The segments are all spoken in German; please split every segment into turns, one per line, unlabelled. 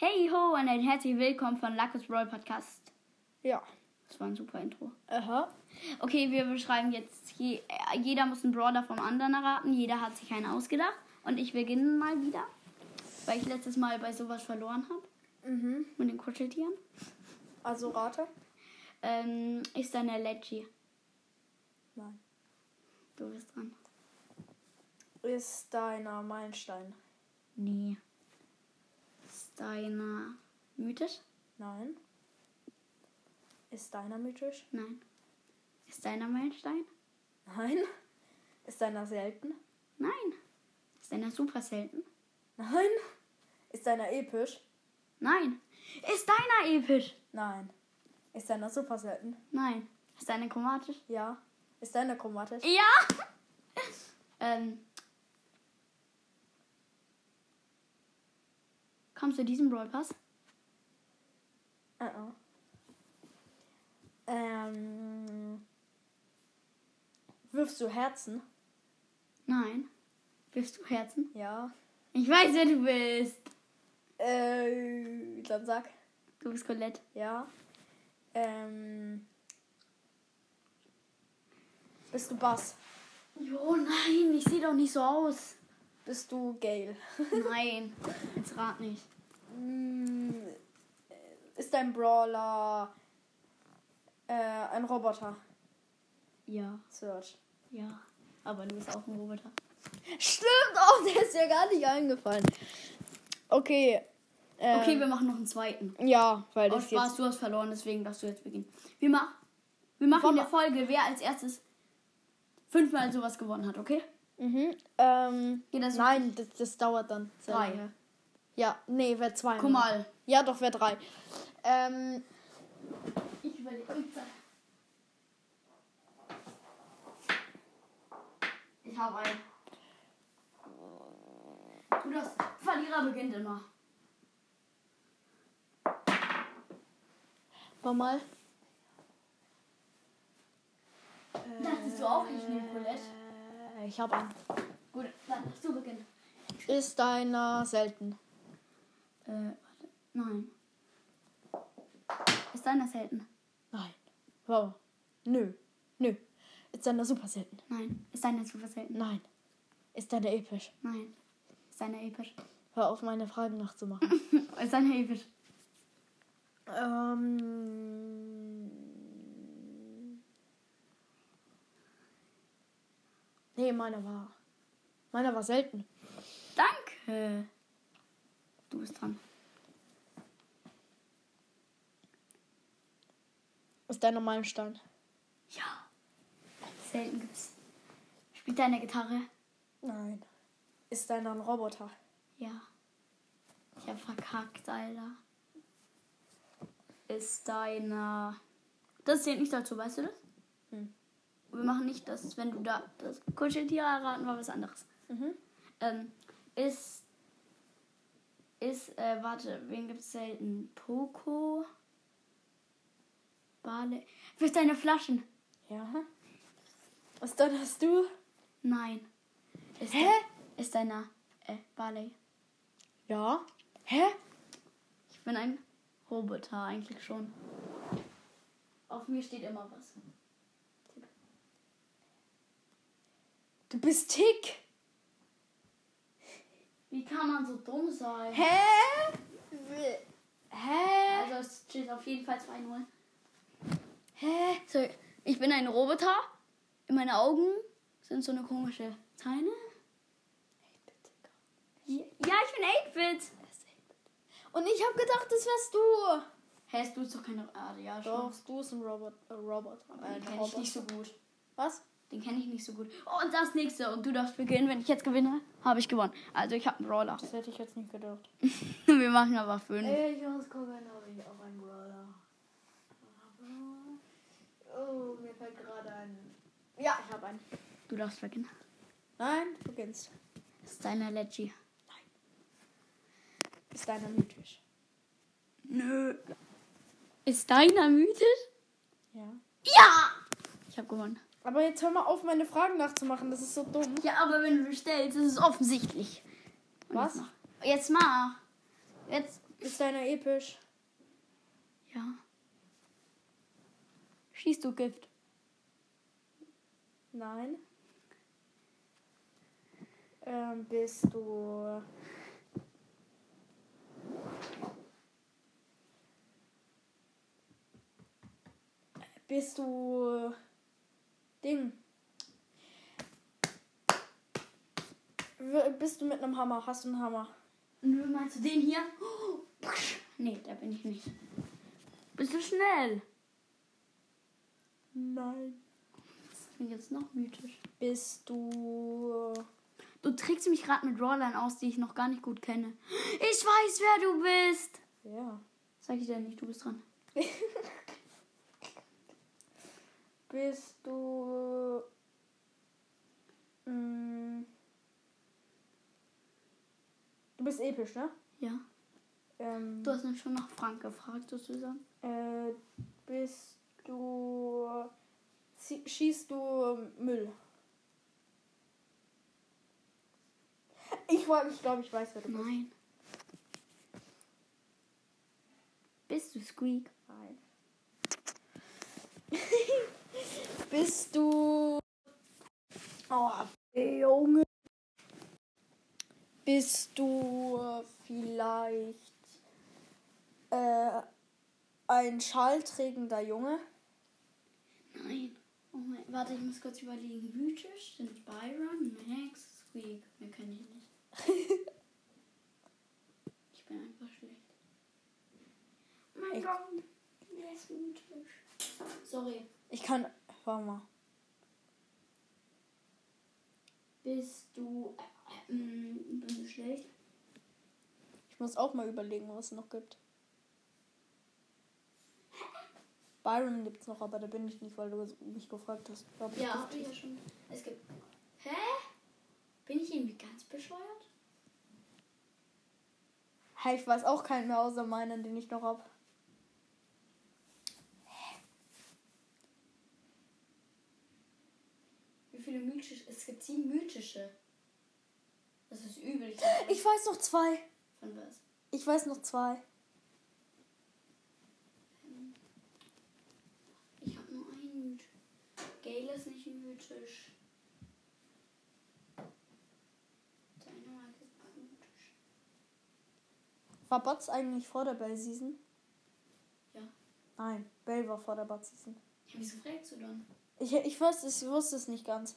Hallo und ein herzlich willkommen von Luckes Roll Podcast.
Ja.
Das war ein super Intro.
Aha.
Okay, wir beschreiben jetzt, je, äh, jeder muss einen Brawler vom anderen erraten, jeder hat sich einen ausgedacht und ich beginne mal wieder, weil ich letztes Mal bei sowas verloren habe,
Mhm.
mit den Kuscheltieren.
Also rate?
Ähm, ist deine Leggy.
Nein.
Du bist dran.
Ist deiner Meilenstein?
Nee. Ist deiner mythisch?
Nein. Ist deiner mythisch?
Nein. Ist deiner Meilenstein?
Nein. Ist deiner selten?
Nein. Ist deiner super selten?
Nein. Ist deiner episch?
Nein. Ist deiner episch?
Nein. Ist deiner super selten?
Nein. Ist deine chromatisch?
Ja. Ist deiner chromatisch?
Ja! ähm. Kommst du diesem Brawl Pass?
Uh -uh. Ähm. Wirfst du Herzen?
Nein. Bist du Herzen?
Ja.
Ich weiß, wer du bist.
Äh, dann sag.
Du bist Colette.
Ja. Ähm. Bist du Bass?
Jo, nein, ich sehe doch nicht so aus.
Bist du Gail?
Nein, jetzt rat nicht.
Mm, Ist dein Brawler äh, ein Roboter?
Ja,
Search.
ja. Aber du bist auch ein Roboter.
Stimmt, auch der ist ja gar nicht eingefallen. Okay. Ähm,
Okay, wir machen noch einen zweiten.
ja, weil
Aus
das jetzt
Oh, Spaß, du hast verloren, deswegen darfst du jetzt beginnen. Wir, mach, wir machen in der Folge, wer als erstes fünfmal sowas gewonnen hat, okay?
Mhm. Ähm,
Geht das
nein, das, das dauert dann. sehr
Also Drei.
lange. Ja, nee, wer zwei.
Guck mal.
Ja, doch, wer drei. Ähm,
Ich überlege. Ich habe einen. Du das Verlierer beginnt immer.
war mal.
Dachtest du auch, ich nehme Colette?
Äh, ich habe einen.
Gut, dann darfst du beginnen.
Ist deiner selten?
Äh, warte. Nein. Ist deiner selten?
Nein. Wow. Nö. Nö. Ist deiner super selten?
Nein. Ist deiner super selten?
Nein. Ist deiner episch?
Nein. Ist deiner episch?
Hör auf, meine Fragen nachzumachen.
Ist deiner episch?
ähm. Nee, meiner war. Meiner war selten.
Danke. Äh. Du bist dran.
Ist deiner Meilenstein?
Ja. Selten gibt's. Spielt deine Gitarre?
Nein. Ist deiner ein Roboter?
Ja. Ich hab verkackt, Alter. Ist deiner. Das zählt nicht dazu, weißt du das?
Hm.
Wir machen nicht das, wenn du da das Kuscheltier erraten war was anderes.
Mhm.
Ähm, ist. Ist, äh, warte, wen gibt's selten? Poco? Barley. Wirf deine Flaschen?
Ja. Ist deiner hast du?
Nein. Ist
Hä?
De ist deiner, äh, Barley.
Ja. Hä?
Ich bin ein Roboter eigentlich schon. Auf mir steht immer was.
Du bist Tick.
Wie kann man so dumm sein?
Hä? W- Hä?
Also es steht auf jeden Fall 2-0.
Hä?
So, ich bin ein Roboter. In meine Augen sind so eine komische Teile. Ja, ich bin 8-Bit.
Und ich hab gedacht, das wärst du.
Hä, hast du jetzt doch keine Ahnung. Ja, schon.
Doch, du bist ein Robot, äh, Roboter.
Aber
Ein
Den kenne ich
Roboter.
nicht so gut.
Was?
Den kenne ich nicht so gut. Oh, und das nächste. Und du darfst beginnen. Wenn ich jetzt gewinne, habe ich gewonnen. Also ich habe einen Brawler.
Das hätte ich jetzt nicht gedacht.
Wir machen aber fünf.
Ich muss gucken, ob ich auch einen Brawler habe. Oh, mir fällt gerade ein.
Ja, ich hab einen.
Du darfst beginnen.
Nein, du beginnst.
Das ist deine Leggy.
Ist deiner mythisch?
Nö. Ist deiner mythisch?
Ja.
Ja! Ich habe gewonnen.
Aber jetzt hör mal auf, meine Fragen nachzumachen. Das ist so dumm.
Ja, aber wenn du bestellst, ist es offensichtlich. Und
Was?
Jetzt mach. Jetzt mach. Jetzt
Ist deiner episch?
Ja. Schießt du Gift?
Nein. Ähm, bist du. Bist du. Ding. W- Bist du mit einem Hammer? Hast du einen Hammer?
Nö, meinst du den hier? Oh, psch. Nee, da bin ich nicht. Bist du schnell?
Nein.
Das klingt jetzt noch mythisch.
Bist du.
Du trickst mich gerade mit Rawline aus, die ich noch gar nicht gut kenne. Ich weiß, wer du bist.
Ja.
Sag ich dir nicht, du bist dran.
Bist du. Mm, du bist episch, ne?
Ja.
Ähm,
Du hast mich schon nach Frank gefragt, sozusagen.
äh, bist du. zie- Schießt du Müll? Ich, woll- ich glaube, ich weiß, wer du bist.
Nein. Bist du Squeak?
Nein. Bist du. Oh, Junge. Bist du vielleicht äh, ein schallträgender Junge?
Nein. Oh mein, warte, ich muss kurz überlegen. Mythisch sind Byron, Max, Squeak. Mehr kann ich nicht. ich bin einfach schlecht. Oh Mein
Echt?
Gott, der ist mythisch. Sorry.
Ich kann. Warte mal.
Bist du. Äh, äh, mm, bist du schlecht?
Ich muss auch mal überlegen, was es noch gibt. Byron gibt's noch, aber da bin ich nicht, weil du mich gefragt hast. ob ich
Ja,
das
hab ich
tue.
ja schon. Es gibt. Hä? Bin ich irgendwie ganz bescheuert?
Hey, ich weiß auch keinen mehr außer meinen, den ich noch hab.
Wie viele mythische? Es gibt sieben mythische. Das ist übel. Ich
Ich weiß noch zwei.
von was?
Ich weiß noch zwei.
Ich habe nur einen mythisch. Gale ist nicht mythisch. Dänemark ist auch mythisch.
War Bots eigentlich vor der Bell Season?
Ja.
Nein, Bell war vor der Bot Season.
Ja, wieso fragst du dann?
Ich, ich, wusste, ich wusste es nicht ganz.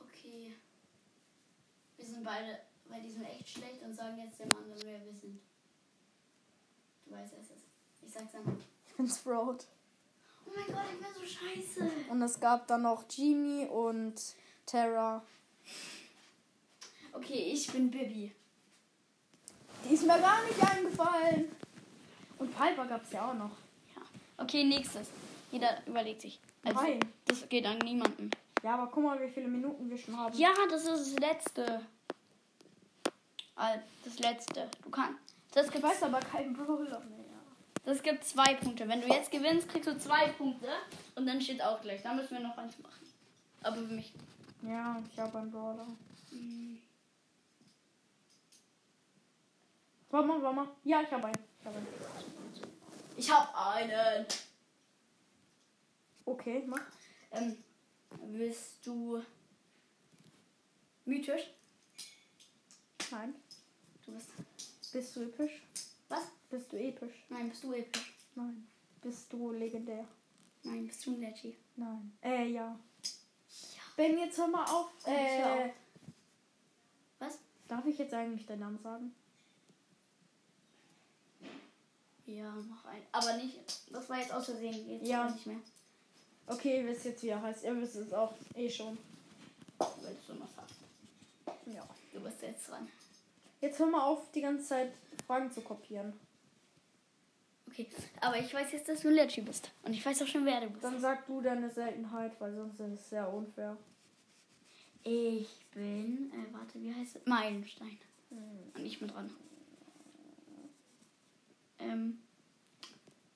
Okay. Wir sind beide, weil die sind echt schlecht und sagen jetzt dem anderen, wer wir sind. Du weißt es. ist- Ich sag's einfach.
Ich bin Sprout.
Oh mein Gott, ich bin so scheiße.
Und es gab dann noch Genie und Terra.
Okay, ich bin Bibi.
Die ist mir gar nicht eingefallen. Und Piper gab es ja auch noch.
Okay, nächstes. Jeder überlegt sich. Also,
Nein.
Das geht an niemanden.
Ja, aber guck mal, wie viele Minuten wir schon haben.
Ja, das ist das letzte. Ah, Das letzte. Du kannst. Das
Ich
gibt,
weiß aber keinen Brawler mehr.
das gibt zwei Punkte. Wenn du jetzt gewinnst, kriegst du zwei Punkte. Und dann steht auch gleich. Da müssen wir noch eins machen. Aber für mich. hm.
Ja, ich habe einen Brawler. Warte mal, warte mal. Ja, ich habe einen. Ich hab einen.
Ich hab einen.
Okay, mach.
Ähm, bist du mythisch?
Nein.
Du bist.
Bist du episch?
Was?
Bist du episch?
Nein, bist du episch.
Nein. Bist du legendär?
Nein, bist du Leggy.
Nein. Äh, ja. Ben, jetzt hör mal auf. Äh,
Ja. Was?
darf ich jetzt eigentlich deinen Namen sagen?
Ja, mach ein. Aber nicht. Das war jetzt aus Versehen. Jetzt
Ja.
ja. nicht mehr.
Okay, ihr wisst jetzt, wie er heißt. Ihr wisst es auch eh schon.
Weil du noch hast.
Ja.
Du bist jetzt dran.
Jetzt hör mal auf, die ganze Zeit Fragen zu kopieren.
Okay, aber ich weiß jetzt, dass du Leggy bist. Und ich weiß auch schon, wer du bist.
Dann sag du deine Seltenheit, weil sonst ist es sehr unfair.
Ich bin. Äh, warte, wie heißt es? Meilenstein.
Hm.
Und ich bin dran. Ähm.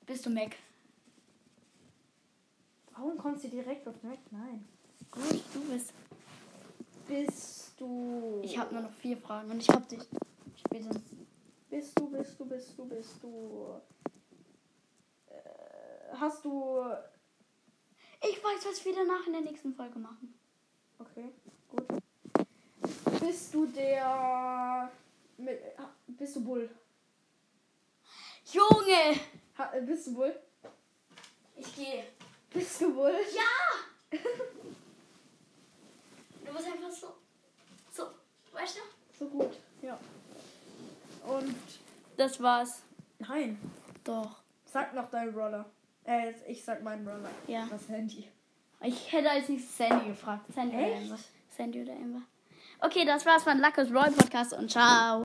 Bist du Mac?
Warum kommst du direkt auf Mac? Nein.
Gut, du bist.
Bist du.
Ich habe nur noch vier Fragen und ich hab dich. Ich Bitte.
Bist du, bist du, bist du, bist du. Äh, hast du.
Ich weiß, was wir danach in der nächsten Folge machen.
Okay, gut. Bist du der. Mit, ha- bist du Bull?
Junge!
Ha, äh, bist du Bull?
Ich gehe.
Bist du Bull?
Ja! du bist einfach so. So. Weißt du?
So gut, ja. Und.
Das war's.
Nein.
Doch.
Sag noch deinen Brawler. Äh, ich sag meinen Brawler.
Ja.
Das Handy. Ähm,
Ich hätte als nächstes Sandy gefragt. Sandy oder
Echt?
Amber. Sandy oder Amber. Okay, das war's von Lackos Roll Podcast und ciao.